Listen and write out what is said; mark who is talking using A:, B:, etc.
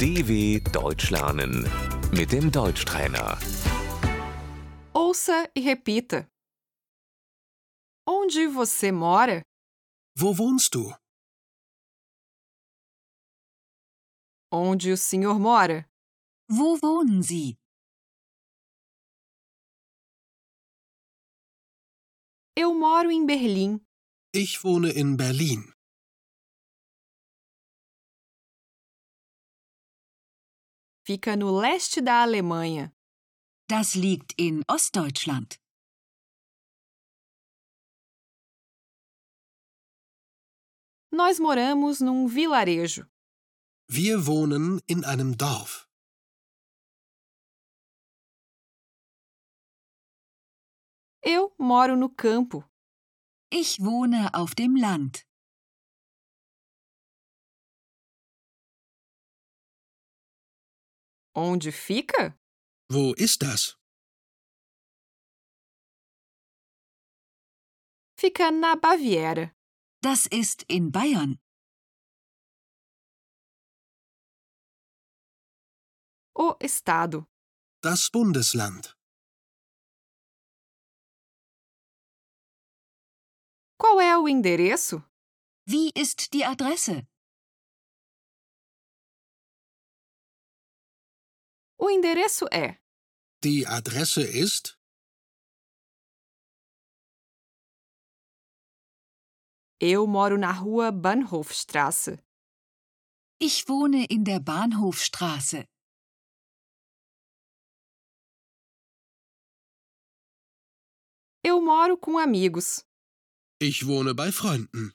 A: DW Deutsch lernen mit dem Deutschtrainer.
B: Ouça e repita. Onde você mora?
C: Wo wohnst du?
B: Onde o senhor mora?
D: Wo wohnen Sie?
B: Eu moro em Berlim.
C: Ich wohne in Berlin.
B: Fica no leste da Alemanha.
D: Das liegt in Ostdeutschland.
B: Nós moramos num vilarejo.
C: Wir wohnen in einem Dorf.
B: Eu moro no campo.
D: Ich wohne auf dem Land.
B: Onde fica?
C: Wo ist das?
B: Fica na Baviera.
D: Das ist in Bayern.
B: O estado.
C: Das Bundesland.
B: Qual é o endereço?
D: Wie ist die Adresse?
B: O endereço é
C: Die Adresse ist
B: Eu moro na rua Bahnhofstrasse.
D: Ich wohne in der Bahnhofstraße.
B: Eu moro com amigos.
C: Ich wohne bei Freunden.